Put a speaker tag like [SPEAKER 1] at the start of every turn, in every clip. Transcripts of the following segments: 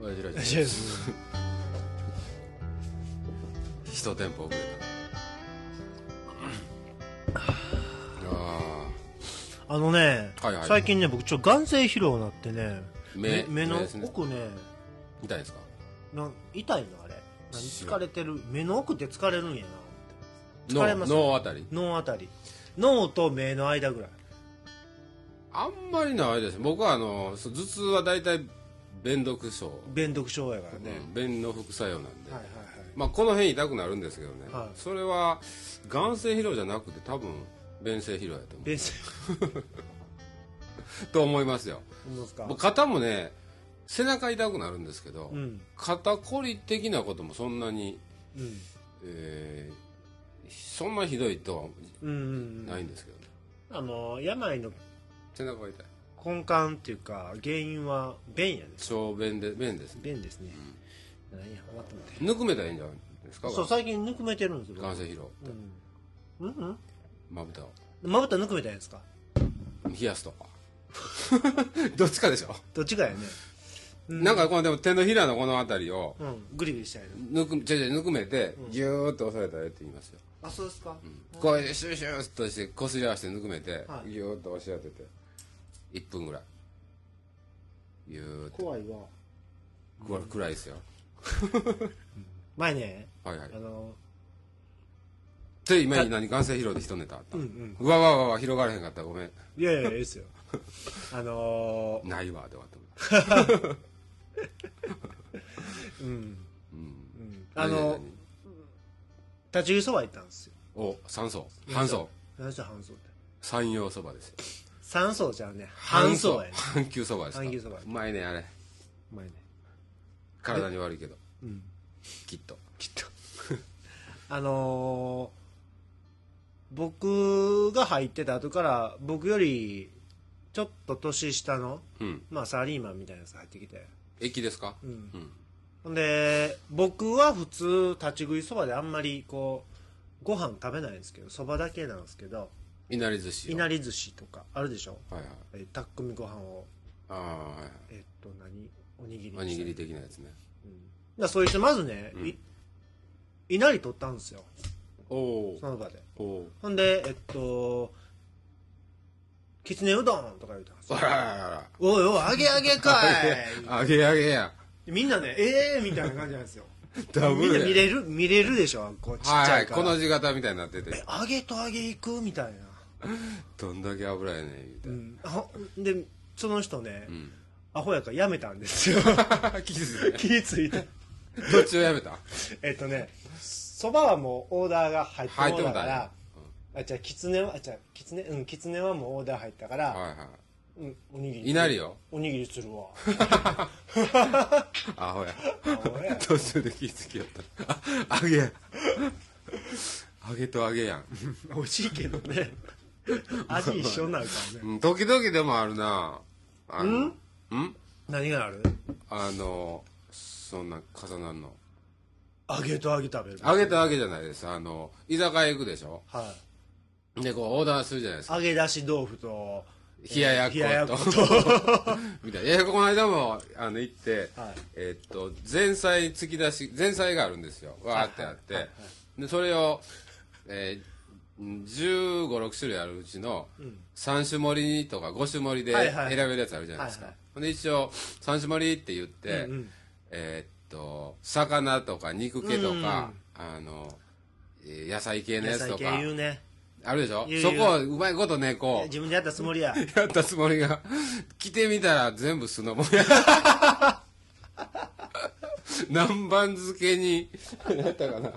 [SPEAKER 1] 親父ラジオ
[SPEAKER 2] いやそう
[SPEAKER 1] 一テンポ遅れたあ
[SPEAKER 2] あのね、
[SPEAKER 1] はいはい
[SPEAKER 2] 最近ね、僕ちょっと眼性疲労になってね、
[SPEAKER 1] 目
[SPEAKER 2] 目の
[SPEAKER 1] 目ですね
[SPEAKER 2] 奥ね、
[SPEAKER 1] みたいですか
[SPEAKER 2] なん痛いのあれ。なん疲れてる。目の奥って疲れるんやな。疲れ
[SPEAKER 1] 脳
[SPEAKER 2] ます
[SPEAKER 1] 脳あたり
[SPEAKER 2] 脳あたり。脳と目の間ぐらい。
[SPEAKER 1] あんまりないです僕はあのそう頭痛は大体便毒症、
[SPEAKER 2] 便毒症やからね。
[SPEAKER 1] うん便の副作用なんで、
[SPEAKER 2] はいはい
[SPEAKER 1] まあ、この辺痛くなるんですけどね、
[SPEAKER 2] はい
[SPEAKER 1] それは眼性疲労じゃなくて多分便性疲労やと思
[SPEAKER 2] はい。便性、
[SPEAKER 1] うと思いますよ
[SPEAKER 2] 思いますか
[SPEAKER 1] もう肩もね背中痛くなるんですけど、
[SPEAKER 2] うん。
[SPEAKER 1] 肩こり的なこともそんなに、
[SPEAKER 2] うん。
[SPEAKER 1] えーそんなひどいとは
[SPEAKER 2] うんうんうん。
[SPEAKER 1] ないんですけどね、
[SPEAKER 2] あの、病の
[SPEAKER 1] 背中が痛い
[SPEAKER 2] 根幹っていうか、原因は便やです。
[SPEAKER 1] 小便で便ですね
[SPEAKER 2] 便ですね。何や、待って待って。
[SPEAKER 1] ぬくめたらいいんじゃないですか
[SPEAKER 2] そう、最近ぬくめてるんですよ。
[SPEAKER 1] 眼性疲労
[SPEAKER 2] うん。うんうん
[SPEAKER 1] まぶたを
[SPEAKER 2] まぶたぬくめたやつか
[SPEAKER 1] 冷やすと どっちかでしょ、
[SPEAKER 2] どっちかやねうん
[SPEAKER 1] なんかこのでも手のひらのこの辺りを
[SPEAKER 2] うんグリグリしたいの
[SPEAKER 1] ぬくちょいちょいぬくめてギューッと押さえたらええって言いますよ、
[SPEAKER 2] あそうですか
[SPEAKER 1] こうやってシューシューっとしてこすり合わせてぬくめて、
[SPEAKER 2] はい
[SPEAKER 1] ギューッと押し当てて1分ぐらいギューッと
[SPEAKER 2] 怖いわ
[SPEAKER 1] これ暗いですよ
[SPEAKER 2] 前ね
[SPEAKER 1] はいはい
[SPEAKER 2] あの
[SPEAKER 1] で今何眼性疲労で一ネタあった、
[SPEAKER 2] うんうん
[SPEAKER 1] わわわわ広がらへんかったごめん
[SPEAKER 2] いやいやいや ですよあの
[SPEAKER 1] ないわで終わっても
[SPEAKER 2] ーうん
[SPEAKER 1] うん
[SPEAKER 2] あ
[SPEAKER 1] 何
[SPEAKER 2] の
[SPEAKER 1] 々
[SPEAKER 2] 立ち食いそば行ったんですよ
[SPEAKER 1] お三層半層
[SPEAKER 2] 何し半層って
[SPEAKER 1] 三葉そばですよ
[SPEAKER 2] 三層じゃうね半層やね
[SPEAKER 1] 半球そばですか
[SPEAKER 2] 半球そば
[SPEAKER 1] うまいねあれ
[SPEAKER 2] 前ね
[SPEAKER 1] 体に悪いけど
[SPEAKER 2] うん
[SPEAKER 1] きっと
[SPEAKER 2] きっとあのー僕が入ってた後から僕よりちょっと年下の
[SPEAKER 1] うん
[SPEAKER 2] まあサラリーマンみたいなやつ入ってきて
[SPEAKER 1] 駅ですか
[SPEAKER 2] うん
[SPEAKER 1] うん
[SPEAKER 2] ほんで僕は普通立ち食いそばであんまりこうご飯食べないんですけどそばだけなんですけど
[SPEAKER 1] いなり寿司を
[SPEAKER 2] いなり寿司とかあるでしょ
[SPEAKER 1] はいはい
[SPEAKER 2] えー炊き込みご飯を
[SPEAKER 1] ああはいはい
[SPEAKER 2] えーっと何おにぎりに
[SPEAKER 1] おに
[SPEAKER 2] し
[SPEAKER 1] ぎ
[SPEAKER 2] た
[SPEAKER 1] り
[SPEAKER 2] り
[SPEAKER 1] 的なやつね
[SPEAKER 2] うん、だからそうしてまずね、いいなり取ったんですよ
[SPEAKER 1] おお
[SPEAKER 2] その場で
[SPEAKER 1] おお
[SPEAKER 2] ほんでえっときつねうどんとか言うたんです
[SPEAKER 1] あ
[SPEAKER 2] よ
[SPEAKER 1] らららら
[SPEAKER 2] おいおい揚げ揚げか
[SPEAKER 1] あげあげや
[SPEAKER 2] いみんなねええー、みたいな感じなんですよ
[SPEAKER 1] ダブ
[SPEAKER 2] みんな
[SPEAKER 1] ル
[SPEAKER 2] 見
[SPEAKER 1] や
[SPEAKER 2] れる見れるでしょこうちっち
[SPEAKER 1] はい
[SPEAKER 2] ゃ
[SPEAKER 1] はいい
[SPEAKER 2] から、
[SPEAKER 1] この字型みたいになってて
[SPEAKER 2] 揚げと揚げ行くみたいな、
[SPEAKER 1] どんだけ油やねんみた
[SPEAKER 2] う、
[SPEAKER 1] いなん
[SPEAKER 2] あでその人ね、
[SPEAKER 1] うん
[SPEAKER 2] アホやからやめたんで すよ
[SPEAKER 1] 気づい
[SPEAKER 2] 気ぃついた
[SPEAKER 1] たどっちをやめた
[SPEAKER 2] えっとねそばはもうオーダーが入って
[SPEAKER 1] 入
[SPEAKER 2] も
[SPEAKER 1] っても
[SPEAKER 2] だ
[SPEAKER 1] うた
[SPEAKER 2] か
[SPEAKER 1] ん
[SPEAKER 2] ら
[SPEAKER 1] や
[SPEAKER 2] あじゃあきつねはあじゃあきつねうんきつねはもうオーダー入ったから、
[SPEAKER 1] うんはいは
[SPEAKER 2] うん、おにぎ
[SPEAKER 1] い
[SPEAKER 2] り
[SPEAKER 1] いなりよ
[SPEAKER 2] おにぎりす るわ
[SPEAKER 1] アホや
[SPEAKER 2] アホや
[SPEAKER 1] 途中で気づきやったあ揚げや揚げと揚げやん
[SPEAKER 2] 美味しいけど ね味一緒になるからね
[SPEAKER 1] うん時々でもあるなあのん
[SPEAKER 2] 何がある
[SPEAKER 1] あのそんな重なんの
[SPEAKER 2] 揚げと揚げ食べる
[SPEAKER 1] 揚げと揚げじゃないですあの居酒屋行くでしょ
[SPEAKER 2] はい
[SPEAKER 1] でこうオーダーするじゃないですか
[SPEAKER 2] 揚げ出し豆腐と
[SPEAKER 1] 冷ややっこと
[SPEAKER 2] 冷ややっこと
[SPEAKER 1] みたいないやこの間もあの行って、
[SPEAKER 2] はい
[SPEAKER 1] えっと前菜突き出し前菜があるんですよわーってあって、でそれを、え1 5 6種類あるうちの3種盛りとか5種盛りで
[SPEAKER 2] はいはい
[SPEAKER 1] 選べるやつあるじゃないですか、
[SPEAKER 2] はいは
[SPEAKER 1] ほんで一応3種盛りって言って、
[SPEAKER 2] うんうん
[SPEAKER 1] えっと魚とか肉系と
[SPEAKER 2] うんうん
[SPEAKER 1] か、あのえー野菜系のやつ
[SPEAKER 2] 最
[SPEAKER 1] と
[SPEAKER 2] 近
[SPEAKER 1] か
[SPEAKER 2] 言うね
[SPEAKER 1] あるでしょ
[SPEAKER 2] 言う
[SPEAKER 1] そ
[SPEAKER 2] 言う
[SPEAKER 1] こをうまいことねこう
[SPEAKER 2] 自分でやったつもりや
[SPEAKER 1] やったつもりが来てみたら全部スノボや 南蛮漬けに何やったかな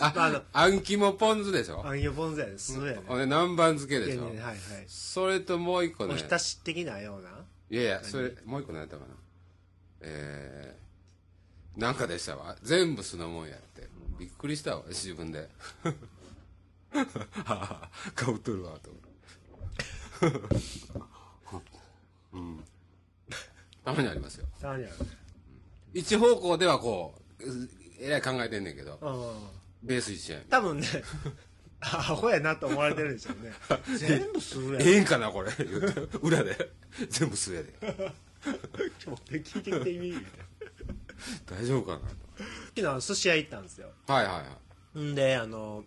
[SPEAKER 1] ああん肝ポン酢でしょ
[SPEAKER 2] あんよポン酢やねそうやね
[SPEAKER 1] ほんで南蛮漬け
[SPEAKER 2] い
[SPEAKER 1] で
[SPEAKER 2] や
[SPEAKER 1] し
[SPEAKER 2] ね
[SPEAKER 1] ょ
[SPEAKER 2] はいはい
[SPEAKER 1] それともう一個
[SPEAKER 2] お
[SPEAKER 1] ね
[SPEAKER 2] ひたし的なようない
[SPEAKER 1] やいやそれもう一個何やったかなえー、なんかでしたわ全部酢のもんやってびっくりしたわ自分でああかぶっとるわと思ってうんたまにありますよ
[SPEAKER 2] たまにあるね
[SPEAKER 1] 一方向ではこううえらい考えてんねんけど
[SPEAKER 2] うん
[SPEAKER 1] ベース一円
[SPEAKER 2] 多分ね アホやなと思われてるんでしょ うね全部するやん
[SPEAKER 1] ええんかなこれ言うて裏で全部酢やで
[SPEAKER 2] ちょっと待って聞いてきてみみたいな
[SPEAKER 1] 大丈夫かな
[SPEAKER 2] 昨日寿司屋行ったんですよ
[SPEAKER 1] とはいはいはい
[SPEAKER 2] んであの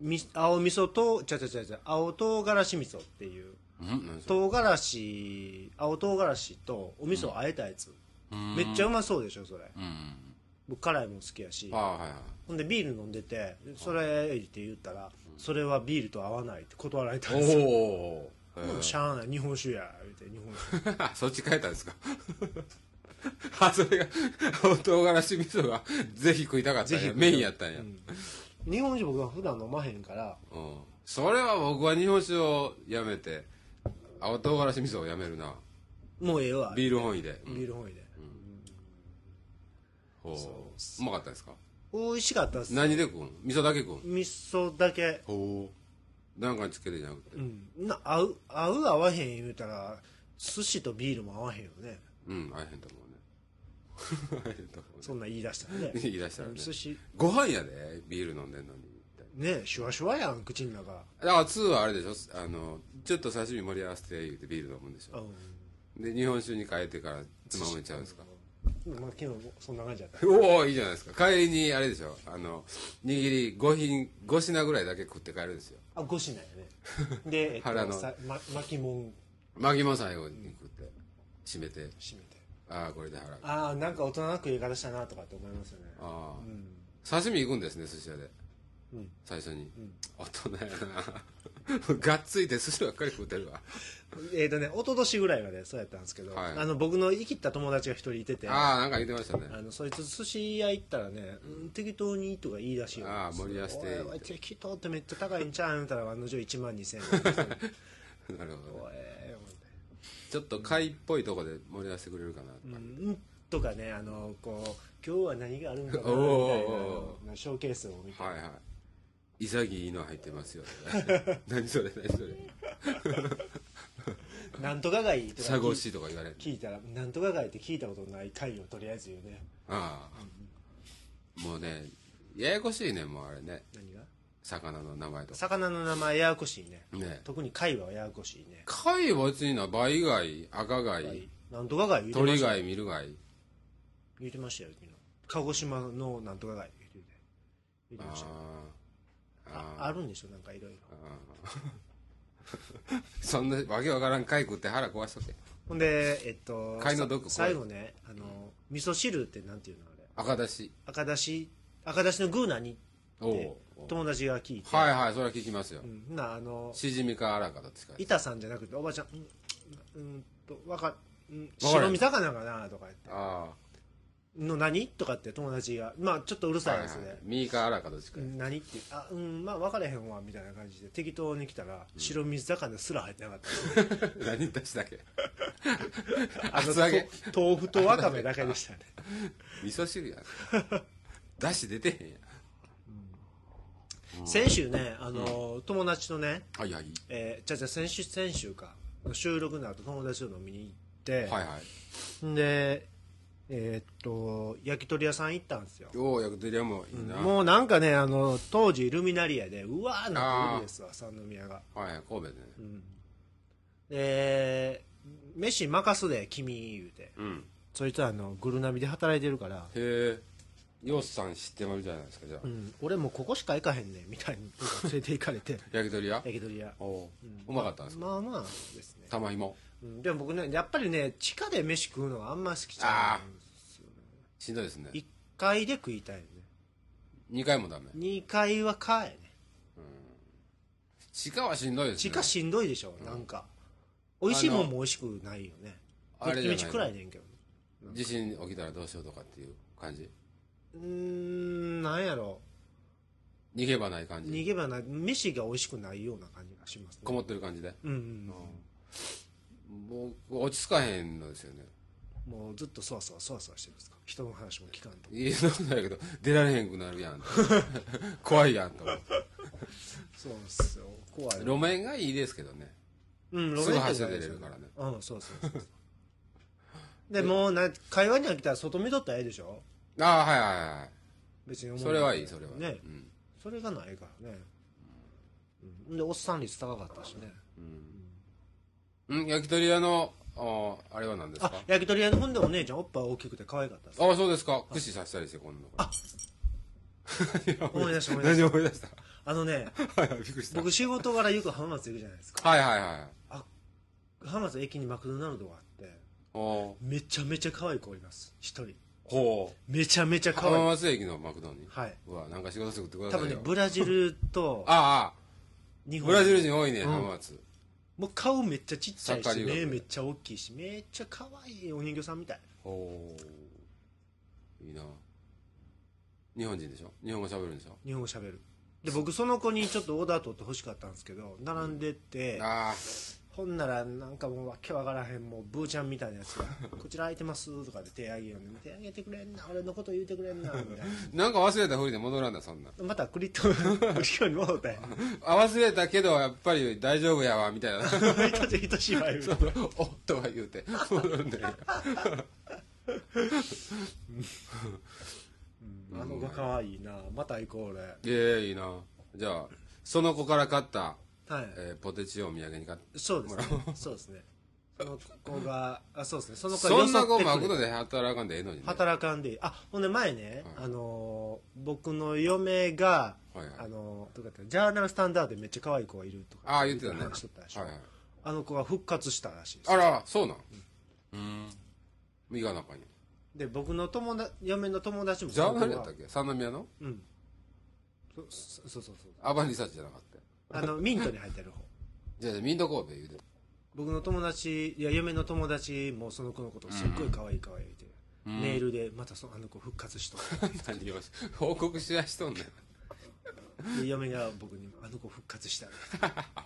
[SPEAKER 2] み青味噌とちゃちゃちゃちゃ青唐辛子味噌っていう
[SPEAKER 1] うん何それ
[SPEAKER 2] 唐辛子青唐辛子とお味噌をあえたやつ、
[SPEAKER 1] うん
[SPEAKER 2] めっちゃうまそうでしょそれ
[SPEAKER 1] うん
[SPEAKER 2] 僕辛いもん好きやし
[SPEAKER 1] ああはいはい
[SPEAKER 2] ほんでビール飲んでて「それ」って言ったら「それはビールと合わない」って断られたんですよ
[SPEAKER 1] おお、
[SPEAKER 2] もうしゃあない日本酒や言うて日本酒
[SPEAKER 1] そっち変えたんですか あそれが青唐辛子味噌がぜひ食いたかったん
[SPEAKER 2] ぜひ
[SPEAKER 1] や
[SPEAKER 2] 食いたい
[SPEAKER 1] メインやったんや、うん
[SPEAKER 2] 日本酒僕は普段飲まへんから
[SPEAKER 1] それは僕は日本酒をやめて青唐辛子味噌をやめるな
[SPEAKER 2] もうええわビ
[SPEAKER 1] ビール本位で、うん
[SPEAKER 2] ール本位で
[SPEAKER 1] ほううまかったですか
[SPEAKER 2] 美味しかったっす
[SPEAKER 1] 何で食うん味噌だけ食うん
[SPEAKER 2] 味噌だけ
[SPEAKER 1] ほうなんかにつけてじゃなくて
[SPEAKER 2] うんな合う合う合わへん言うたら寿司とビールも合わへんよね
[SPEAKER 1] うんあえへんと思 うねあえへんと思うね
[SPEAKER 2] そんなん言い出したらね
[SPEAKER 1] 言い出したらね
[SPEAKER 2] 寿司
[SPEAKER 1] ご飯やでビール飲んでんのにみたい
[SPEAKER 2] ねシュワシュワやん口の
[SPEAKER 1] な
[SPEAKER 2] 中
[SPEAKER 1] だから2はあれでしょあのちょっと刺身盛り合わせて言うてビール飲むんでしょ
[SPEAKER 2] う
[SPEAKER 1] で日本酒に変えてからつまむんちゃうんですか
[SPEAKER 2] んまあ昨日もそんな感じだった
[SPEAKER 1] おおいいじゃないですか帰りにあれでしょあの握り5品5品ぐらいだけ食って帰るんですよ
[SPEAKER 2] あ5品やねで、えっと、
[SPEAKER 1] 腹の
[SPEAKER 2] さま巻きもん
[SPEAKER 1] マギも最後に食って締めて
[SPEAKER 2] 締めて
[SPEAKER 1] ああこれで腹あ
[SPEAKER 2] ああなんか大人な食い方したなとかって思いますよね
[SPEAKER 1] あー、
[SPEAKER 2] ん
[SPEAKER 1] 刺身行くんですね寿司屋で
[SPEAKER 2] うん
[SPEAKER 1] 最初に、大人やながっついて寿司ばっかり食うてるわ
[SPEAKER 2] えっ、とね一昨年ぐらいまでそうやったんですけど、
[SPEAKER 1] はい
[SPEAKER 2] あの僕の生きった友達が一人いててあ
[SPEAKER 1] ああなんか言ってましたね
[SPEAKER 2] のそいつ寿司屋行ったらね、うん適当にとか言い出しよ
[SPEAKER 1] ああ盛り合わせて
[SPEAKER 2] おい適当ってめっちゃ高いんちゃうん言うたら案の定1万2000円
[SPEAKER 1] なるほどね
[SPEAKER 2] おえ
[SPEAKER 1] ちょっと貝っぽいとこで盛り合わせてくれるかなと
[SPEAKER 2] う
[SPEAKER 1] か、
[SPEAKER 2] んとかねあのこう今日は何があるんだろうみたいな
[SPEAKER 1] おー
[SPEAKER 2] あのショーケースを見て、
[SPEAKER 1] はいはい潔いの入ってますよとか 何それ何それ
[SPEAKER 2] なんとかがいいとか
[SPEAKER 1] サ
[SPEAKER 2] 聞
[SPEAKER 1] ゴ
[SPEAKER 2] い
[SPEAKER 1] シとか言われる
[SPEAKER 2] 聞いたら「なんとか街」って聞いたことない回をとりあえず言うね
[SPEAKER 1] ああもうねややこしいねもうあれね
[SPEAKER 2] 何が
[SPEAKER 1] 魚の名前とか
[SPEAKER 2] 魚の名前ややこしいね
[SPEAKER 1] ね
[SPEAKER 2] 特に貝はややこしいね
[SPEAKER 1] 貝は別になバイ貝赤貝、
[SPEAKER 2] なんとか貝言うてま
[SPEAKER 1] 鳥
[SPEAKER 2] した
[SPEAKER 1] 貝見る貝
[SPEAKER 2] 言うてましたよ昨日鹿児島のなんとか貝言うて言う
[SPEAKER 1] あ
[SPEAKER 2] てましたよ
[SPEAKER 1] あ
[SPEAKER 2] あ
[SPEAKER 1] ああ
[SPEAKER 2] あるんでしょなんかいろいろ
[SPEAKER 1] そんなわけわからん貝食って腹壊しとけ
[SPEAKER 2] ほんでえっと
[SPEAKER 1] 貝の毒
[SPEAKER 2] さ最後ねあの味噌汁ってなんていうのあれ
[SPEAKER 1] 赤だし
[SPEAKER 2] 赤だし赤だしの具何っ
[SPEAKER 1] お
[SPEAKER 2] て
[SPEAKER 1] お
[SPEAKER 2] 友達が聞いて、
[SPEAKER 1] はいはいそれは聞きますよ、
[SPEAKER 2] うんほなあの
[SPEAKER 1] しじみかあらかどっちか
[SPEAKER 2] 板さんじゃなくておばちゃんうんうんとわかうん
[SPEAKER 1] わからん
[SPEAKER 2] 白身魚かなとか言って
[SPEAKER 1] あ
[SPEAKER 2] の何とかって友達がまあちょっとうる
[SPEAKER 1] あ
[SPEAKER 2] さ
[SPEAKER 1] はいい
[SPEAKER 2] で
[SPEAKER 1] は
[SPEAKER 2] すね、
[SPEAKER 1] い右かあらかどっちか、
[SPEAKER 2] うん何ってあうんまあ分からへんわみたいな感じで適当に来たら白水魚すら入ってなかった、
[SPEAKER 1] 何出しだけ
[SPEAKER 2] あの
[SPEAKER 1] 厚揚げ
[SPEAKER 2] と豆腐とわかめだけ でしたね
[SPEAKER 1] 味噌汁やんだし出てへんやん
[SPEAKER 2] 先週ねあの、友達とね、
[SPEAKER 1] はいはい
[SPEAKER 2] えーじゃあじゃあ先週先週か収録の後友達と飲みに行って、
[SPEAKER 1] はいはい
[SPEAKER 2] でえーっと焼き鳥屋さん行ったんですよ
[SPEAKER 1] おお焼き鳥屋もいいな、
[SPEAKER 2] もうなんかねあの当時ルミナリアでうわーなってるんですわ三宮が
[SPEAKER 1] はいはい神戸でね
[SPEAKER 2] で飯任すで君言うて
[SPEAKER 1] うん、
[SPEAKER 2] そいつはあのグルナビで働いてるから、
[SPEAKER 1] へえようさん知ってまるじゃないですかじゃあ、
[SPEAKER 2] うん、俺もうここしか行かへんねんみたいに連れて行か れて
[SPEAKER 1] 焼き鳥屋
[SPEAKER 2] 焼き鳥屋
[SPEAKER 1] おおう、まかったんですか
[SPEAKER 2] まあまあですね、
[SPEAKER 1] 玉芋
[SPEAKER 2] うん、でも僕ねやっぱりね地下で飯食うのがあんま好きじゃ
[SPEAKER 1] ああ
[SPEAKER 2] ない
[SPEAKER 1] しんどいですね
[SPEAKER 2] 1階で食いたいよね
[SPEAKER 1] 2回もダメ
[SPEAKER 2] 2階は買えね
[SPEAKER 1] 地下はしんどいですね
[SPEAKER 2] 地下しんどいでしょ、なんか美味しいもんも美味しくないよねど
[SPEAKER 1] あ
[SPEAKER 2] っ
[SPEAKER 1] れ
[SPEAKER 2] ち
[SPEAKER 1] じゃな
[SPEAKER 2] み
[SPEAKER 1] い
[SPEAKER 2] ち暗いねんけど
[SPEAKER 1] 地震起きたらどうしようとかっていう感じ
[SPEAKER 2] うーんなんやろ
[SPEAKER 1] 逃げ場ない感
[SPEAKER 2] 逃
[SPEAKER 1] じ
[SPEAKER 2] げ場ない飯が美味しくないような感じがしますね
[SPEAKER 1] こもってる感じで
[SPEAKER 2] うんうん
[SPEAKER 1] 僕落ち着かへんのですよね
[SPEAKER 2] もうずっとそわそわそわそわしてるんですか人の話も聞かんと
[SPEAKER 1] いいことだけど出られへんくなるやんと 怖いやんと思って
[SPEAKER 2] そうっすよ怖い
[SPEAKER 1] 路面がいいですけどね
[SPEAKER 2] うん
[SPEAKER 1] すぐ
[SPEAKER 2] 路面店
[SPEAKER 1] 走
[SPEAKER 2] じゃ
[SPEAKER 1] っ
[SPEAKER 2] な
[SPEAKER 1] て
[SPEAKER 2] いで
[SPEAKER 1] 出
[SPEAKER 2] す
[SPEAKER 1] れ
[SPEAKER 2] よ
[SPEAKER 1] るからね
[SPEAKER 2] うんそうそうそうでもうな会話に飽きたら外見とったらええでしょ
[SPEAKER 1] ああはいはいはい
[SPEAKER 2] 別に思う
[SPEAKER 1] それはいいそれはいい、
[SPEAKER 2] ね
[SPEAKER 1] うん
[SPEAKER 2] それがないからねうんでおっさん率高かったしね
[SPEAKER 1] うん、焼き鳥屋のあああれは何ですか
[SPEAKER 2] あ焼き鳥屋のほんでお姉ちゃんおっぱい大きくて可愛かったです
[SPEAKER 1] ああそうですか串刺したりしてこんなの
[SPEAKER 2] あ思い出した思い出
[SPEAKER 1] 何
[SPEAKER 2] し
[SPEAKER 1] 思い出した
[SPEAKER 2] たあのね
[SPEAKER 1] はいはいびっくりした
[SPEAKER 2] 僕仕事柄よく浜松行くじゃないですか
[SPEAKER 1] はいはいはい
[SPEAKER 2] 浜松駅にマクドナルドがあって
[SPEAKER 1] お
[SPEAKER 2] めちゃめちゃ可愛い子います一人
[SPEAKER 1] ほ
[SPEAKER 2] めちゃめちゃ
[SPEAKER 1] う
[SPEAKER 2] 可
[SPEAKER 1] 浜
[SPEAKER 2] 愛い
[SPEAKER 1] 松駅のマクドナルドに
[SPEAKER 2] はいう
[SPEAKER 1] わなんか仕事作ってくださ
[SPEAKER 2] 多
[SPEAKER 1] いよ
[SPEAKER 2] 分ねブラジルと
[SPEAKER 1] あ
[SPEAKER 2] 日
[SPEAKER 1] あ
[SPEAKER 2] 本
[SPEAKER 1] ブラジル人多いね
[SPEAKER 2] うん
[SPEAKER 1] 浜松
[SPEAKER 2] もう顔めっちゃちっちゃい
[SPEAKER 1] サッカ
[SPEAKER 2] し
[SPEAKER 1] ー留学
[SPEAKER 2] 目めっちゃ大きいしめっちゃ可愛いお人形さんみたい
[SPEAKER 1] ほういいな日本人でしょ日本語喋るんでしょ
[SPEAKER 2] 日本語喋るで僕その子にちょっとオーダー取って欲しかったんですけど並んでって、
[SPEAKER 1] ああ
[SPEAKER 2] ほんならなんかもうわけわからへんもうブーちゃんみたいなや つが「こちら空いてます」とかで手あげようね「手あげてくれんな俺のこと言うてくれんな」みたい
[SPEAKER 1] なんか忘れたふりで戻らんだそんなん
[SPEAKER 2] なまたクリ ッとクリように戻ったよ
[SPEAKER 1] あ忘れたけどやっぱり大丈夫やわみたいな
[SPEAKER 2] 「いとしいとしわ」言うて
[SPEAKER 1] 「おっ」とは言うて戻るんだよ
[SPEAKER 2] うんあの子可愛いなまた行こう俺
[SPEAKER 1] いやいいなじゃあその子から買った、
[SPEAKER 2] はい
[SPEAKER 1] えーポテチをお土産に買っ
[SPEAKER 2] そうですね そうですねその子があそうですねその子が
[SPEAKER 1] そ
[SPEAKER 2] よ
[SPEAKER 1] んな
[SPEAKER 2] そ
[SPEAKER 1] 子
[SPEAKER 2] って
[SPEAKER 1] マク
[SPEAKER 2] くれ
[SPEAKER 1] ド
[SPEAKER 2] て
[SPEAKER 1] で働かんでええのにね
[SPEAKER 2] 働かんでいいあほんで前ね、あのー僕の嫁が、
[SPEAKER 1] はいはい
[SPEAKER 2] あのーどうかってジャーナルスタンダードでめっちゃ可愛い子がいるとか
[SPEAKER 1] ああ言ってたね
[SPEAKER 2] 話しとったでしょ、
[SPEAKER 1] はいはい
[SPEAKER 2] あの子が復活したらしいです
[SPEAKER 1] あらそうなんうん右が中に
[SPEAKER 2] で僕の友達嫁の友達も
[SPEAKER 1] ジャーナルやった
[SPEAKER 2] そ
[SPEAKER 1] っけ三宮の
[SPEAKER 2] の子がうんそそそうそうそう
[SPEAKER 1] アバンリサーチじゃなかった
[SPEAKER 2] あのミントに入ってる方
[SPEAKER 1] じゃあミンド神戸言うて
[SPEAKER 2] 僕の友達いや嫁の友達もその子のことをすっごい可愛い可愛いって、メールでまたそのあの子復活しと る
[SPEAKER 1] 何を報告しやしとんねん
[SPEAKER 2] で嫁が僕にあの子復活した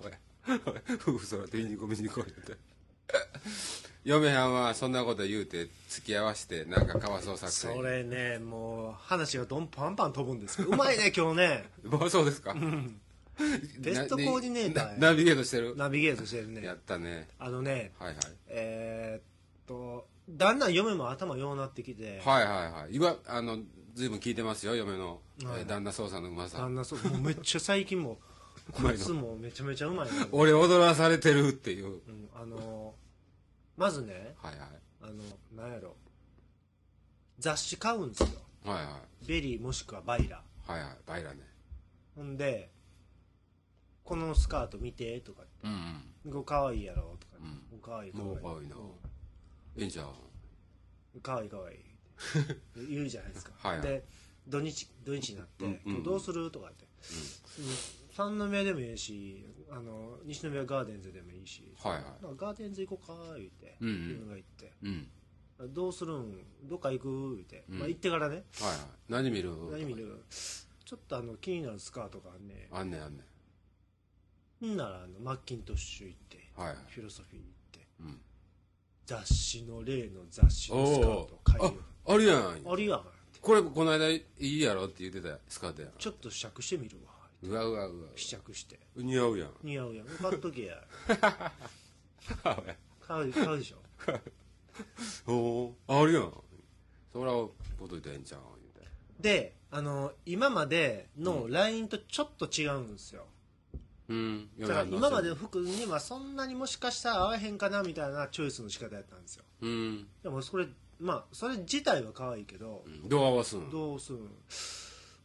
[SPEAKER 1] おいおい夫婦そろって見に行こう見に行こう言うて嫁はんはそんなこと言うて付き合わせてなんかかわそう作戦
[SPEAKER 2] それねもう話がどんパンパン飛ぶんですけどうま いね今日ね
[SPEAKER 1] もうそうですか、
[SPEAKER 2] ベストコーディネーターや
[SPEAKER 1] なナビゲートしてる
[SPEAKER 2] ナビゲートしてる
[SPEAKER 1] や
[SPEAKER 2] ね
[SPEAKER 1] ったね
[SPEAKER 2] あのね
[SPEAKER 1] はいはい
[SPEAKER 2] えーっとだんだん嫁も頭ようなってきて、
[SPEAKER 1] はいはいはい今あの随分聞いてますよ嫁の、えー旦那捜査のうま
[SPEAKER 2] あ
[SPEAKER 1] さ
[SPEAKER 2] んなそうもうめっちゃ最近もこいつもめちゃめちゃうまいね、
[SPEAKER 1] 俺踊らされてるっていう
[SPEAKER 2] うん、あのまずね
[SPEAKER 1] はいは
[SPEAKER 2] あのなんやろ雑誌買うんですよ
[SPEAKER 1] いはいはい
[SPEAKER 2] ベリーもしくはバイラ
[SPEAKER 1] はいはいバイラね
[SPEAKER 2] ほんでこのスカート見てとか
[SPEAKER 1] うん
[SPEAKER 2] これかわいいやろとか、かわいい
[SPEAKER 1] うん
[SPEAKER 2] か
[SPEAKER 1] も
[SPEAKER 2] わ
[SPEAKER 1] う
[SPEAKER 2] いい
[SPEAKER 1] 可愛いな、いいんちゃう
[SPEAKER 2] かわいいかわいい 言うじゃないですか
[SPEAKER 1] はいはい
[SPEAKER 2] で土日土日になって、
[SPEAKER 1] うん
[SPEAKER 2] 今日どうするとかって、うん三宮でもいいしあの西宮ガーデンズでもいいし、
[SPEAKER 1] はいはい
[SPEAKER 2] なんかガーデンズ行こうか言って、
[SPEAKER 1] うんうん
[SPEAKER 2] 自分が行って
[SPEAKER 1] うん
[SPEAKER 2] どうするんどっか行く言って、
[SPEAKER 1] うん
[SPEAKER 2] まあ、行ってからね
[SPEAKER 1] はいはい何見る
[SPEAKER 2] 何見るちょっとあの気になるスカートがあんね
[SPEAKER 1] あんねんあんね
[SPEAKER 2] ほんならあのマッキントッシュ行って
[SPEAKER 1] んはいはい
[SPEAKER 2] フィロソフィー行って
[SPEAKER 1] うん
[SPEAKER 2] 雑誌の例の雑誌のスカートを買いよう
[SPEAKER 1] ああるやん
[SPEAKER 2] あるやん
[SPEAKER 1] これこの間いいやろって言ってたスカートやん
[SPEAKER 2] ちょっと試着してみるわ
[SPEAKER 1] うわうわうわ
[SPEAKER 2] 試着して
[SPEAKER 1] 似合うやん
[SPEAKER 2] 似合うやん買っとけや
[SPEAKER 1] はい
[SPEAKER 2] 買う買うでしょ
[SPEAKER 1] おおあるやんそらポトイとええんちゃうみたい
[SPEAKER 2] であの今までの LINE とちょっと違うんですよ、
[SPEAKER 1] うん
[SPEAKER 2] だから今まで
[SPEAKER 1] う
[SPEAKER 2] の服にはそんなにもしかしたら合わへんかなみたいなチョイスの仕方やったんですよ
[SPEAKER 1] ん
[SPEAKER 2] でもそれまあそれ自体は可愛いけど、
[SPEAKER 1] どう合わすん
[SPEAKER 2] どうするん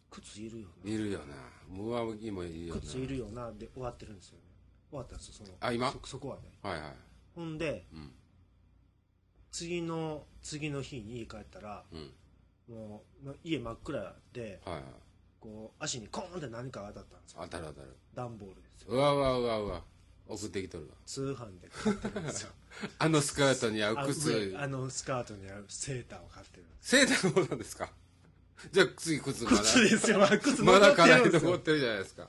[SPEAKER 2] 靴いるよね
[SPEAKER 1] いるよな上向きもいるよな
[SPEAKER 2] 靴いるよなで終わってるんですよね終わったんですよその
[SPEAKER 1] あ今
[SPEAKER 2] そそこはね
[SPEAKER 1] はいはい
[SPEAKER 2] ほんで、
[SPEAKER 1] うん
[SPEAKER 2] 次の次の日に家帰ったら
[SPEAKER 1] うん
[SPEAKER 2] もうま家真っ暗で
[SPEAKER 1] はいはい
[SPEAKER 2] こう足にコーンって何かが当たったんですよ
[SPEAKER 1] 当たる当たる
[SPEAKER 2] 段ボールですよ
[SPEAKER 1] うわうわうわうわ送ってきとるわ
[SPEAKER 2] 通販で買ってるんですよ
[SPEAKER 1] あのスカートに合
[SPEAKER 2] あ
[SPEAKER 1] う靴
[SPEAKER 2] 上あのスカートに合うセーターを買ってるんです
[SPEAKER 1] セーターの方なんですか じゃあ次靴まだ
[SPEAKER 2] 靴ですよ靴
[SPEAKER 1] ま
[SPEAKER 2] 残
[SPEAKER 1] だ
[SPEAKER 2] っ
[SPEAKER 1] 課題
[SPEAKER 2] てるんです
[SPEAKER 1] 残
[SPEAKER 2] よ
[SPEAKER 1] ってるじゃないですか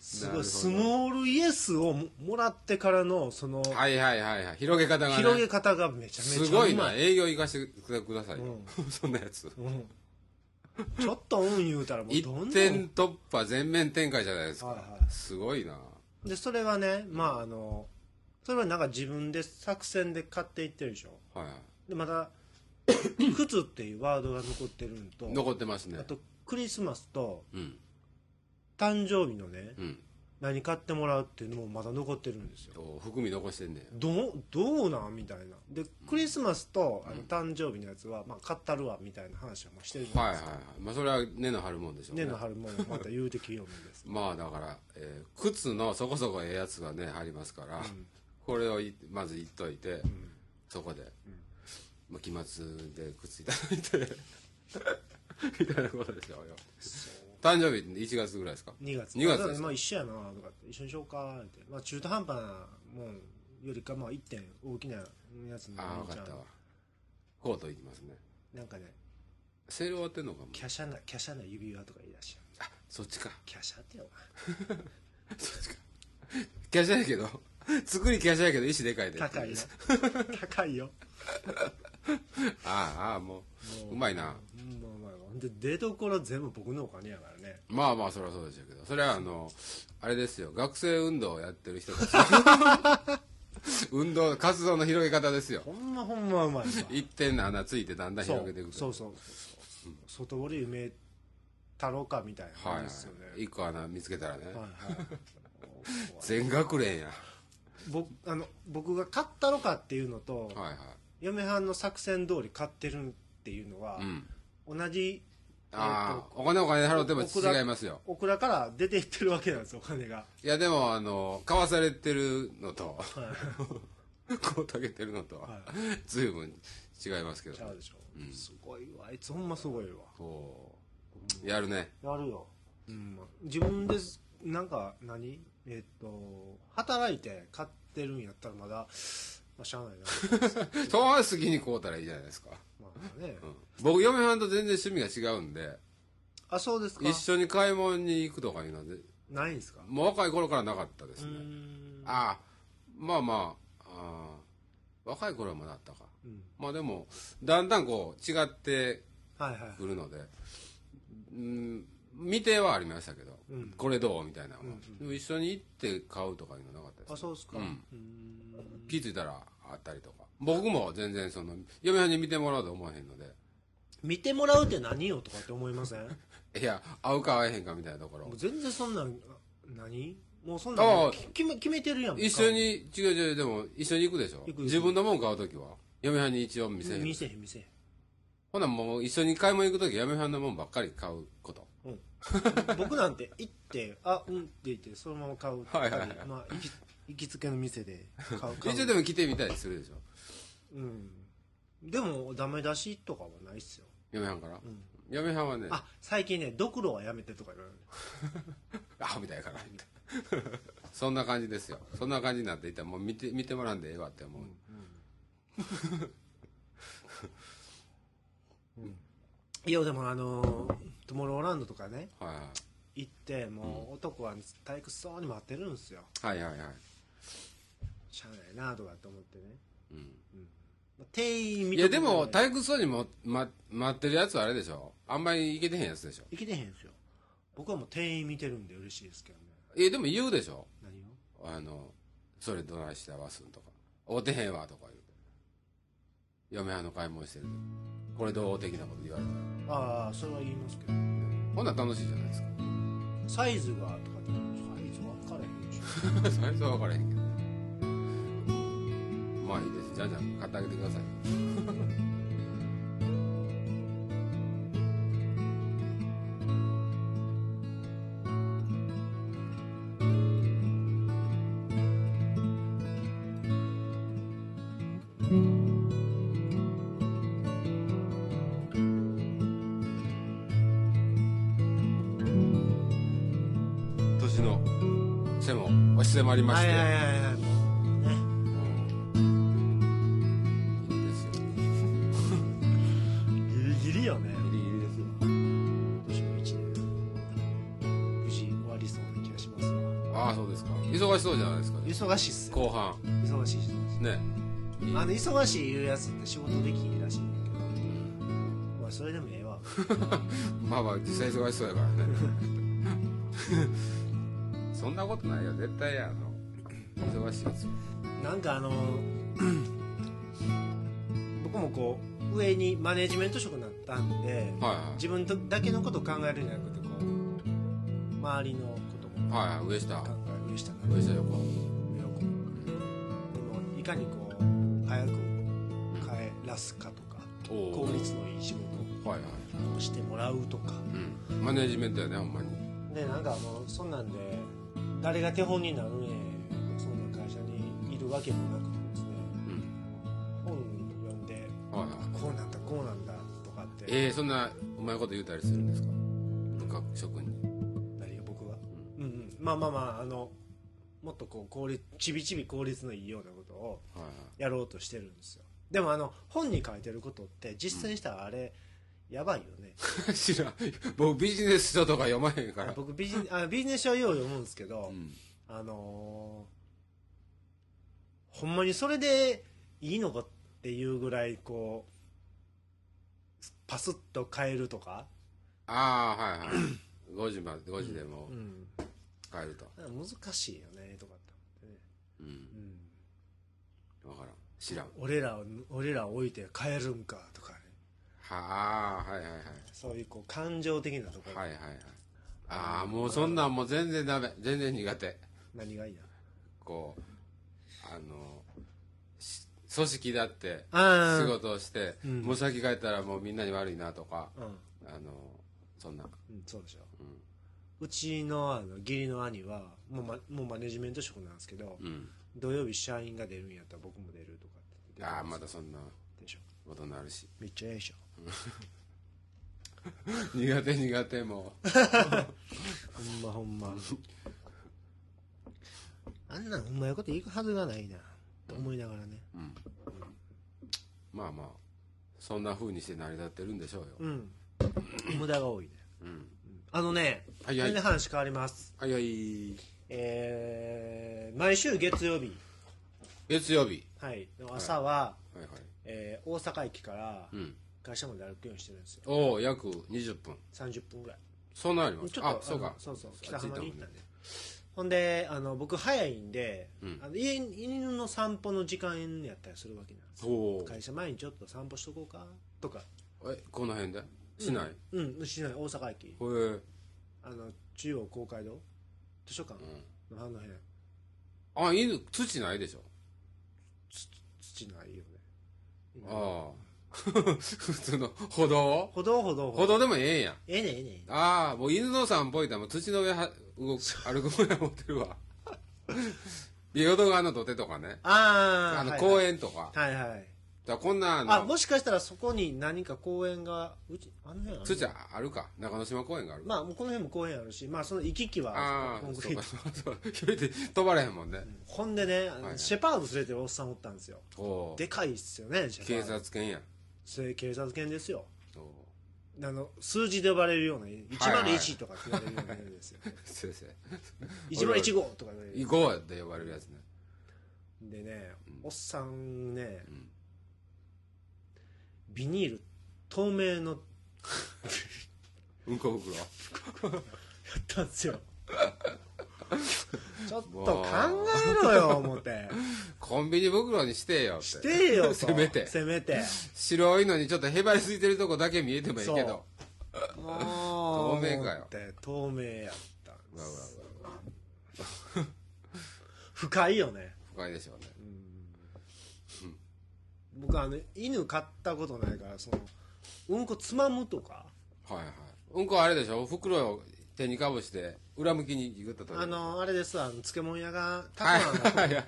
[SPEAKER 2] す
[SPEAKER 1] なる
[SPEAKER 2] ご
[SPEAKER 1] ほど
[SPEAKER 2] いスモールイエスをももらってからのその
[SPEAKER 1] はいはいはいはい広げ方がね
[SPEAKER 2] 広げ方がめちゃめちゃ
[SPEAKER 1] すごいう
[SPEAKER 2] ま
[SPEAKER 1] ない営業行かせてくださいよ、そんなやつ
[SPEAKER 2] うんちょっとうん言うたらもう
[SPEAKER 1] 一
[SPEAKER 2] どんどん
[SPEAKER 1] 点突破全面展開じゃないですか、
[SPEAKER 2] はいはい
[SPEAKER 1] すごいな
[SPEAKER 2] でそれはねまああのそれはなんか自分で作戦で買っていってるでしょ
[SPEAKER 1] はいは
[SPEAKER 2] で また靴っていうワードが残ってるのと
[SPEAKER 1] い残ってますね
[SPEAKER 2] あとクリスマスと
[SPEAKER 1] うん
[SPEAKER 2] 誕生日のね
[SPEAKER 1] うん
[SPEAKER 2] 何買ってもらうっていうのもまだ残ってるんですよ
[SPEAKER 1] お含み残してんねん
[SPEAKER 2] どうどうなんみたいなでクリスマスとあの誕生日のやつは、まあ、買ったるわみたいな話はもうしてるじゃ
[SPEAKER 1] は
[SPEAKER 2] な
[SPEAKER 1] い
[SPEAKER 2] いで
[SPEAKER 1] はい
[SPEAKER 2] すか、
[SPEAKER 1] はいまあそれは根の張るもんでしょうね
[SPEAKER 2] 年の春もまた言うてきようもんです
[SPEAKER 1] まあだから、えー靴のそこそこええやつがね入りますから、これをいまず言っといて、そこで、まあ、期末で靴いただいて みたいなことでしょうよ誕生日1月ぐらいですか
[SPEAKER 2] 2月
[SPEAKER 1] 2
[SPEAKER 2] だ
[SPEAKER 1] 月
[SPEAKER 2] か
[SPEAKER 1] で
[SPEAKER 2] ら
[SPEAKER 1] す
[SPEAKER 2] まあ一緒やなとかって一緒にしようかって、まあ、中途半端なもんよりかまあ一点大きなやつの
[SPEAKER 1] ああ
[SPEAKER 2] お兄
[SPEAKER 1] 分
[SPEAKER 2] ち
[SPEAKER 1] か
[SPEAKER 2] ゃ
[SPEAKER 1] っ
[SPEAKER 2] ん
[SPEAKER 1] たわコートいきますね
[SPEAKER 2] なんかね
[SPEAKER 1] セール終わってんのかも
[SPEAKER 2] 華奢な華奢な指輪とか言い出しちゃう
[SPEAKER 1] あそっちか
[SPEAKER 2] 華奢ってよ
[SPEAKER 1] キャシャやけど 作りキャシャやけど石でかいで
[SPEAKER 2] 高いよ 高いよ
[SPEAKER 1] あ あああもううまいな
[SPEAKER 2] うんまあまあほんで出どころ全部僕のお金やからね
[SPEAKER 1] まあまあそれはそうでしょうけどそれはあのあれですよ学生運動をやってる人た ち運動活動の広げ方ですよ
[SPEAKER 2] ほんまほんまうまいわ
[SPEAKER 1] 一点の穴ついてだんだん
[SPEAKER 2] そ
[SPEAKER 1] 広
[SPEAKER 2] う
[SPEAKER 1] げていく
[SPEAKER 2] そううそうそう外堀埋めたろかみたいな
[SPEAKER 1] はい、は
[SPEAKER 2] 感
[SPEAKER 1] い
[SPEAKER 2] じですよね、
[SPEAKER 1] 一個穴見つけたらね、
[SPEAKER 2] はいはい
[SPEAKER 1] 全学連や
[SPEAKER 2] 僕あの僕が買ったろかっていうのと、
[SPEAKER 1] はいはい
[SPEAKER 2] 嫁はんの作戦通り買ってるっていうのは
[SPEAKER 1] う、ん
[SPEAKER 2] 同じ
[SPEAKER 1] ああお金お金払っても違いますよ
[SPEAKER 2] オクラから出ていってるわけなんですお 金が
[SPEAKER 1] いやでもあの買わされてるのと
[SPEAKER 2] はい
[SPEAKER 1] こうたけてるのとは
[SPEAKER 2] は
[SPEAKER 1] 随分違いますけど
[SPEAKER 2] ちゃうでしょ、すごいわあいつほんますごいわ
[SPEAKER 1] こうやるね
[SPEAKER 2] やるよ、うん、自分ですなんか何えっと働いて買ってるんやったらまだ、まあ、しゃあない な
[SPEAKER 1] そうは好きにこうたらいいじゃないですか、
[SPEAKER 2] まあね、
[SPEAKER 1] うん僕嫁はんと全然趣味が違うんで
[SPEAKER 2] あそうですか
[SPEAKER 1] 一緒に買い物に行くとかいうのはぜ
[SPEAKER 2] ないんですか
[SPEAKER 1] もう若い頃からなかったです
[SPEAKER 2] うー
[SPEAKER 1] ね、
[SPEAKER 2] ん
[SPEAKER 1] ああまあまあああ若い頃もなったか
[SPEAKER 2] うん
[SPEAKER 1] まあでもだんだんこう違って
[SPEAKER 2] はいはい
[SPEAKER 1] くるのでうん見てはありましたけど、
[SPEAKER 2] うん
[SPEAKER 1] これどうみたいなのは、でも一緒に行って買うとかいうのはなかったです
[SPEAKER 2] あそうですか、
[SPEAKER 1] うん
[SPEAKER 2] うーん
[SPEAKER 1] 気づいたらあったりとか僕も全然その嫁はんに見てもらおうと思わへんので
[SPEAKER 2] 見てもらうって何よとかって思いません
[SPEAKER 1] いや合うか合えへんかみたいなところ
[SPEAKER 2] もう全然そんなんあ何もうそんなん
[SPEAKER 1] ああ
[SPEAKER 2] き決め決めてるやんか
[SPEAKER 1] 一緒に違う違うでも一緒に行くでしょ
[SPEAKER 2] 行く
[SPEAKER 1] 自分のもん買う時は嫁はんに一応見せへん
[SPEAKER 2] 見せへん見せへん
[SPEAKER 1] ほなもう一緒に買い物行く時嫁はんのもんばっかり買うこと
[SPEAKER 2] うん、僕なんて行ってあうんって言ってそのまま買う
[SPEAKER 1] はいはいはい
[SPEAKER 2] まあ行き行きつけの店で買う買う
[SPEAKER 1] 一応でも来てみたりするでしょ
[SPEAKER 2] うんでもダメ出しとかはないっすよ、
[SPEAKER 1] 嫁はんから、
[SPEAKER 2] うん、
[SPEAKER 1] 嫁はんはねあ
[SPEAKER 2] あ最近ねドクロはやめてとか言われる
[SPEAKER 1] みたいから そんな感じですよそんな感じになっていったらもう見て見てもらんでええわって思う、
[SPEAKER 2] いやでもあのートゥモローランドとかね
[SPEAKER 1] はいはい
[SPEAKER 2] 行ってもう男は退屈そうに待ってるんですよ
[SPEAKER 1] はいはいはい、
[SPEAKER 2] しゃあないなとかって思ってね
[SPEAKER 1] うん
[SPEAKER 2] まあ店員見
[SPEAKER 1] い
[SPEAKER 2] と
[SPEAKER 1] や
[SPEAKER 2] く
[SPEAKER 1] でも
[SPEAKER 2] ね
[SPEAKER 1] 退屈そうにも、ま、待ってるやつはあれでしょあんまりいけてへんやつでしょ
[SPEAKER 2] 行けてへんすよ僕はもう店員見てるんで嬉しいですけどね
[SPEAKER 1] いやでも言うでしょ
[SPEAKER 2] 何を
[SPEAKER 1] あのそれどないして合わすんとか会うてへんわとか言うて嫁はんの買い物してる時これどう的なこと言われたら
[SPEAKER 2] ああそれは言いますけど
[SPEAKER 1] ほんなら楽しいじゃないですか
[SPEAKER 2] サイズがとかってサイズ分からへんでしょ
[SPEAKER 1] 最初は分からへんけどまあいいですじゃんじゃん買ってあげてください年の背も押し迫りまし
[SPEAKER 2] は
[SPEAKER 1] て、
[SPEAKER 2] いはいはいはいもうね
[SPEAKER 1] うんいいですよ
[SPEAKER 2] ギリギリよね
[SPEAKER 1] ギリギリですよ
[SPEAKER 2] 今年も一年無事終わりそうな気がしますわ
[SPEAKER 1] ああそうですか忙しそうじゃないですかね
[SPEAKER 2] 忙しいっすよ
[SPEAKER 1] 後半
[SPEAKER 2] 忙しい忙しい
[SPEAKER 1] ねいい
[SPEAKER 2] あの忙しい言うやつって仕事できんらしいんだけどまあそれでもええわ
[SPEAKER 1] まあまあ実際忙しそうやからねそんなことないよ絶対やあの忙しいですよ
[SPEAKER 2] なんかあの僕もこう上にマネジメント職になったんで
[SPEAKER 1] はいはい
[SPEAKER 2] 自分だけのことを考えるんじゃなくてこう周りのことも
[SPEAKER 1] はい上下
[SPEAKER 2] 考え上下の
[SPEAKER 1] 上下横
[SPEAKER 2] 横このいかにこう早く帰らすかとか
[SPEAKER 1] おー
[SPEAKER 2] 効率のいい仕
[SPEAKER 1] はいはい
[SPEAKER 2] 事をしてもらうとか
[SPEAKER 1] うんマネジメントやねほんまに
[SPEAKER 2] でなんかもうそんなんで誰が手本になるねそんな会社にいるわけもなくてですね
[SPEAKER 1] うん
[SPEAKER 2] 本読んで
[SPEAKER 1] はいはい
[SPEAKER 2] あこうなんだこうなんだとかって
[SPEAKER 1] えー、そんなうまいこと言うたりするんですかなんか職人
[SPEAKER 2] 何が僕は、うんうん、まあまあまああのもっとこう効率ちびちび効率のいいようなことを
[SPEAKER 1] はいはい
[SPEAKER 2] やろうとしてるんですよでもあの本に書いてることって実践したらあれ、やばいよね
[SPEAKER 1] 知らん僕ビジネス書とか読まへんから
[SPEAKER 2] 僕ビジ あビジネス書はよう読むんですけど、
[SPEAKER 1] うん
[SPEAKER 2] あのーほんまにそれでいいのかっていうぐらいこうパスッと変えるとか、
[SPEAKER 1] ああはいはい5時まで5時でも
[SPEAKER 2] うん、
[SPEAKER 1] 帰ると
[SPEAKER 2] 難しいよねとかって思ってね、
[SPEAKER 1] うん
[SPEAKER 2] うん
[SPEAKER 1] 分からん知らんは
[SPEAKER 2] 俺らを俺らを置いて帰るんかとかね
[SPEAKER 1] あはいはいはい
[SPEAKER 2] そういうこう感情的なところ、
[SPEAKER 1] はいはいはいああもうそんなんもう全然ダメ全然苦手
[SPEAKER 2] 何がいいな
[SPEAKER 1] こうあのし組織だって
[SPEAKER 2] あー
[SPEAKER 1] 仕事をして、
[SPEAKER 2] うん
[SPEAKER 1] もう先帰ったらもうみんなに悪いなとか
[SPEAKER 2] うん、
[SPEAKER 1] あのそんな
[SPEAKER 2] うん、そうでしょ、うちのあの義理の兄はもう,、ま、もうマネジメント職なんですけど、
[SPEAKER 1] うん
[SPEAKER 2] 土曜日社員が出るんやったら僕も出るとかって
[SPEAKER 1] ああまたそんな
[SPEAKER 2] でしょ
[SPEAKER 1] ことになるし
[SPEAKER 2] めっちゃええでしょ
[SPEAKER 1] 苦手苦手もう
[SPEAKER 2] ほんまほ んまあんなんほんまやこと言うはずがないなと思いながらね
[SPEAKER 1] うんまあまあそんな風にして成り立ってるんでしょうよ、
[SPEAKER 2] うん 無駄が多いね
[SPEAKER 1] うん、
[SPEAKER 2] あのね、
[SPEAKER 1] はいはい
[SPEAKER 2] 全然話変わります
[SPEAKER 1] はいはい
[SPEAKER 2] えー毎週月曜日、
[SPEAKER 1] 月曜日
[SPEAKER 2] はい、の朝は、
[SPEAKER 1] はいはい
[SPEAKER 2] えー大阪駅から
[SPEAKER 1] うん
[SPEAKER 2] 会社まで歩くようにしてるんですよ
[SPEAKER 1] おお約20分
[SPEAKER 2] 30分ぐらい
[SPEAKER 1] そんなんあります
[SPEAKER 2] ちょっと
[SPEAKER 1] あそう
[SPEAKER 2] あ
[SPEAKER 1] か
[SPEAKER 2] のそうそう
[SPEAKER 1] あ
[SPEAKER 2] 北浜に行った
[SPEAKER 1] 着い
[SPEAKER 2] んでほんであの僕早いんで、
[SPEAKER 1] うん
[SPEAKER 2] あの家犬の散歩の時間やったりするわけなんですよ
[SPEAKER 1] お
[SPEAKER 2] 会社前にちょっと散歩しとこうかとか
[SPEAKER 1] おえこの辺で市内、
[SPEAKER 2] うんしない大阪駅
[SPEAKER 1] ほえ
[SPEAKER 2] あの中央公会堂図書館のあの辺
[SPEAKER 1] あ犬土ないでしょ
[SPEAKER 2] 土ないよね
[SPEAKER 1] あ あ普通の歩道
[SPEAKER 2] 歩道歩道
[SPEAKER 1] 歩
[SPEAKER 2] 道
[SPEAKER 1] 道でもええんや
[SPEAKER 2] ええねんええねん
[SPEAKER 1] ああもう犬の散歩行ったらもう土の上は動く歩くもんや思ってるわ で淀川の土手とかね
[SPEAKER 2] ああ
[SPEAKER 1] あの
[SPEAKER 2] はいはい
[SPEAKER 1] 公園とか
[SPEAKER 2] はいはい
[SPEAKER 1] だからこんなあの
[SPEAKER 2] あもしかしたらそこに何か公園がうちあの辺ある
[SPEAKER 1] 土あるか中之島公園があるか
[SPEAKER 2] まあもうこの辺も公園あるしまあその行き来は
[SPEAKER 1] あ
[SPEAKER 2] コ
[SPEAKER 1] あ
[SPEAKER 2] ンク
[SPEAKER 1] そう
[SPEAKER 2] リー
[SPEAKER 1] か
[SPEAKER 2] ト
[SPEAKER 1] そうかそうか 一人で飛ばれへんもんね、
[SPEAKER 2] ほんでね、あの
[SPEAKER 1] はい
[SPEAKER 2] シェパード連れてるおっさんおったんですよ
[SPEAKER 1] おお
[SPEAKER 2] でかいっすよねシェパー
[SPEAKER 1] 警
[SPEAKER 2] ド
[SPEAKER 1] 察犬や
[SPEAKER 2] それ警察犬ですよ
[SPEAKER 1] おお
[SPEAKER 2] あの数字で呼ばれるような
[SPEAKER 1] はいはい
[SPEAKER 2] 101とかって言われるようなやつですよ、
[SPEAKER 1] 先生
[SPEAKER 2] 101とか言われる
[SPEAKER 1] 行こうって呼ばれるやつね
[SPEAKER 2] でねおっさんね、
[SPEAKER 1] ん
[SPEAKER 2] ビニール透明のや
[SPEAKER 1] うんこ 袋
[SPEAKER 2] ったんですよちょっと考えろよ思って
[SPEAKER 1] コンビニ袋にしてよって
[SPEAKER 2] してよと
[SPEAKER 1] せめて
[SPEAKER 2] せめて
[SPEAKER 1] 白いのにちょっとへばりついてるとこだけ見えてもいいけど
[SPEAKER 2] そうもう
[SPEAKER 1] 透明かよ
[SPEAKER 2] って透明やったんで
[SPEAKER 1] わうわうわ
[SPEAKER 2] す深いよね
[SPEAKER 1] 深いでしょうね
[SPEAKER 2] 僕あの犬飼ったことないからそのうんこつまむとか
[SPEAKER 1] はいはいうんこあれでしょ袋を手にかぶして裏向きにグッと取る
[SPEAKER 2] あのあれですわあの漬物屋がた
[SPEAKER 1] はい
[SPEAKER 2] くあん
[SPEAKER 1] はいはい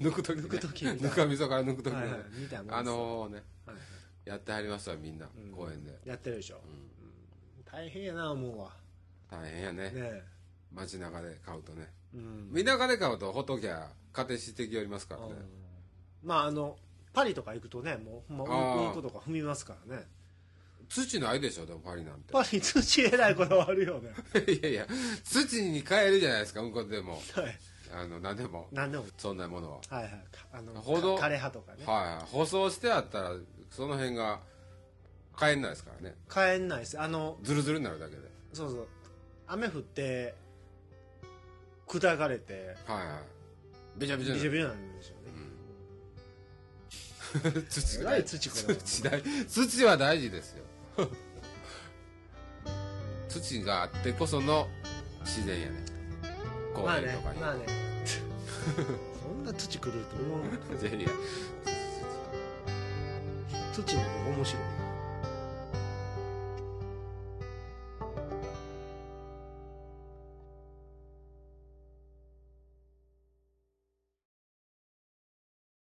[SPEAKER 1] 抜く時、ね、抜
[SPEAKER 2] く時みたいな
[SPEAKER 1] ぬかみそから抜く時、ね
[SPEAKER 2] はいはいみたいなもんですよ
[SPEAKER 1] あのね
[SPEAKER 2] はい
[SPEAKER 1] やってはりますわみんな、公園で
[SPEAKER 2] やってるでしょ、うん大変やな思うわ
[SPEAKER 1] 大変やね
[SPEAKER 2] ねえ
[SPEAKER 1] 街中で買うとね
[SPEAKER 2] うん
[SPEAKER 1] 田舎で買うとほっときゃ家庭してきよりますからね
[SPEAKER 2] まああのパリとか行くとねもうほんまうん
[SPEAKER 1] あー
[SPEAKER 2] うんことか踏みますからね
[SPEAKER 1] 土ないでしょでもパリなんて
[SPEAKER 2] パリ土えらいこだわるよね
[SPEAKER 1] いやいや土に変えるじゃないですかうんこでも
[SPEAKER 2] はい
[SPEAKER 1] あの何でも
[SPEAKER 2] 何でも
[SPEAKER 1] そんなものは
[SPEAKER 2] はいはいあの
[SPEAKER 1] 歩道
[SPEAKER 2] か枯葉とかね
[SPEAKER 1] はいはい舗装してあったらその辺が変えんないですからね
[SPEAKER 2] 帰んないですあの
[SPEAKER 1] ズルズルになるだけで
[SPEAKER 2] そうそう雨降って砕かれて
[SPEAKER 1] はいはいべちゃべ
[SPEAKER 2] ビ
[SPEAKER 1] ち
[SPEAKER 2] チ
[SPEAKER 1] ゃにな
[SPEAKER 2] ョビチ
[SPEAKER 1] る
[SPEAKER 2] ョになるんですよね、
[SPEAKER 1] 土
[SPEAKER 2] え
[SPEAKER 1] が
[SPEAKER 2] らい土これは
[SPEAKER 1] 土大土は大事ですよ 土があってこその自然やね公
[SPEAKER 2] まあ
[SPEAKER 1] 園
[SPEAKER 2] ね
[SPEAKER 1] とかに、
[SPEAKER 2] まあねそんな土来ると思う
[SPEAKER 1] ゼリーや
[SPEAKER 2] 土も面白い